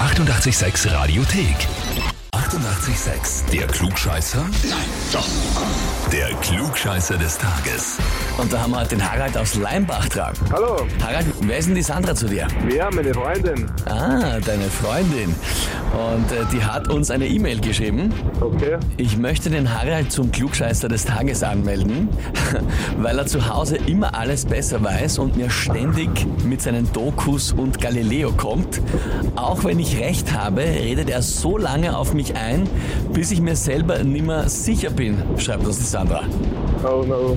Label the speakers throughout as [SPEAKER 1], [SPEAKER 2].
[SPEAKER 1] 886 Radiothek. 88,6. Der Klugscheißer? Nein, doch. Der Klugscheißer des Tages.
[SPEAKER 2] Und da haben wir den Harald aus Leimbach dran.
[SPEAKER 3] Hallo,
[SPEAKER 2] Harald, wer ist denn die Sandra zu dir?
[SPEAKER 3] wer, meine Freundin?
[SPEAKER 2] Ah, deine Freundin. Und äh, die hat uns eine E-Mail geschrieben.
[SPEAKER 3] Okay,
[SPEAKER 2] Ich möchte den Harald zum Klugscheißer des Tages anmelden, weil er zu Hause immer alles besser weiß und mir ständig mit seinen Dokus und Galileo kommt. Auch wenn ich recht habe, redet er so lange auf mich ein, bis ich mir selber nimmer sicher bin, schreibt uns die Sandra.
[SPEAKER 3] oh no.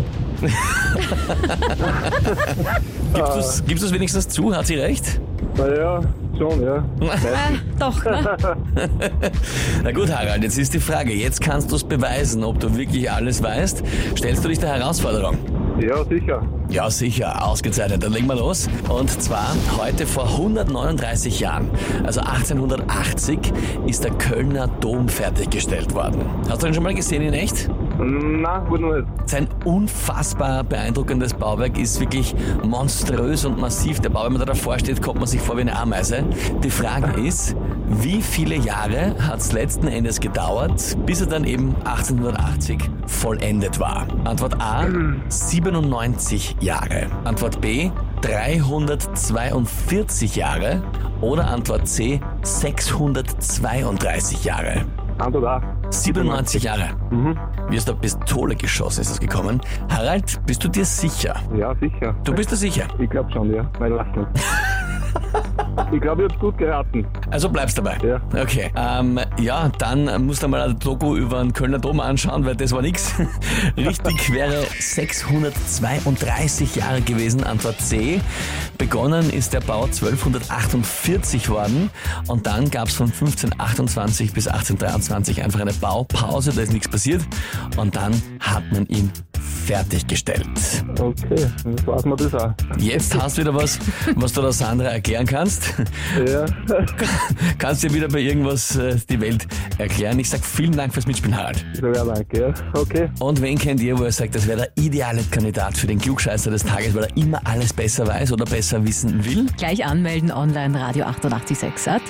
[SPEAKER 2] Gibst du's, gibst du's wenigstens zu? Hat sie recht?
[SPEAKER 3] Naja, schon, ja.
[SPEAKER 4] Äh, doch, ne?
[SPEAKER 2] Na gut, Harald, jetzt ist die Frage. Jetzt kannst du es beweisen, ob du wirklich alles weißt. Stellst du dich der Herausforderung?
[SPEAKER 3] Ja, sicher.
[SPEAKER 2] Ja, sicher, ausgezeichnet. Dann legen wir los. Und zwar heute vor 139 Jahren, also 1880, ist der Kölner Dom fertiggestellt worden. Hast du den schon mal gesehen in echt?
[SPEAKER 3] Na, gut noch nicht.
[SPEAKER 2] Sein unfassbar beeindruckendes Bauwerk ist wirklich monströs und massiv. Der Bau, wenn man da davor steht, kommt man sich vor wie eine Ameise. Die Frage ist, wie viele Jahre hat es letzten Endes gedauert, bis er dann eben 1880 vollendet war? Antwort A, 97 Jahre. Antwort B, 342 Jahre. Oder Antwort C, 632 Jahre.
[SPEAKER 3] Antwort A.
[SPEAKER 2] 97 Jahre.
[SPEAKER 3] Mhm.
[SPEAKER 2] Wie aus der Pistole geschossen ist es gekommen. Harald, bist du dir sicher?
[SPEAKER 3] Ja, sicher.
[SPEAKER 2] Du bist dir sicher.
[SPEAKER 3] Ich glaube schon, ja. Nein, lass nicht. Ich glaube, ich hab's gut geraten.
[SPEAKER 2] Also bleibst dabei.
[SPEAKER 3] Ja.
[SPEAKER 2] Okay. Ähm, ja, dann musst du mal eine Doku über den Kölner Dom anschauen, weil das war nix. Richtig wäre 632 Jahre gewesen, Antwort C. Begonnen ist der Bau 1248 worden und dann gab es von 1528 bis 1823 einfach eine Baupause, da ist nichts passiert und dann hat man ihn fertiggestellt.
[SPEAKER 3] Okay, das war's mal das auch.
[SPEAKER 2] Jetzt hast du wieder was, was du der Sandra erklären kannst.
[SPEAKER 3] Ja,
[SPEAKER 2] Kannst dir wieder bei irgendwas äh, die Welt erklären. Ich sag vielen Dank fürs Mitspielen, Harald.
[SPEAKER 3] so ja, danke, ja. Okay.
[SPEAKER 2] Und wen kennt ihr, wo ihr sagt, das wäre der ideale Kandidat für den Klugscheißer des Tages, weil er immer alles besser weiß oder besser wissen will?
[SPEAKER 4] Gleich anmelden online Radio 886 AT.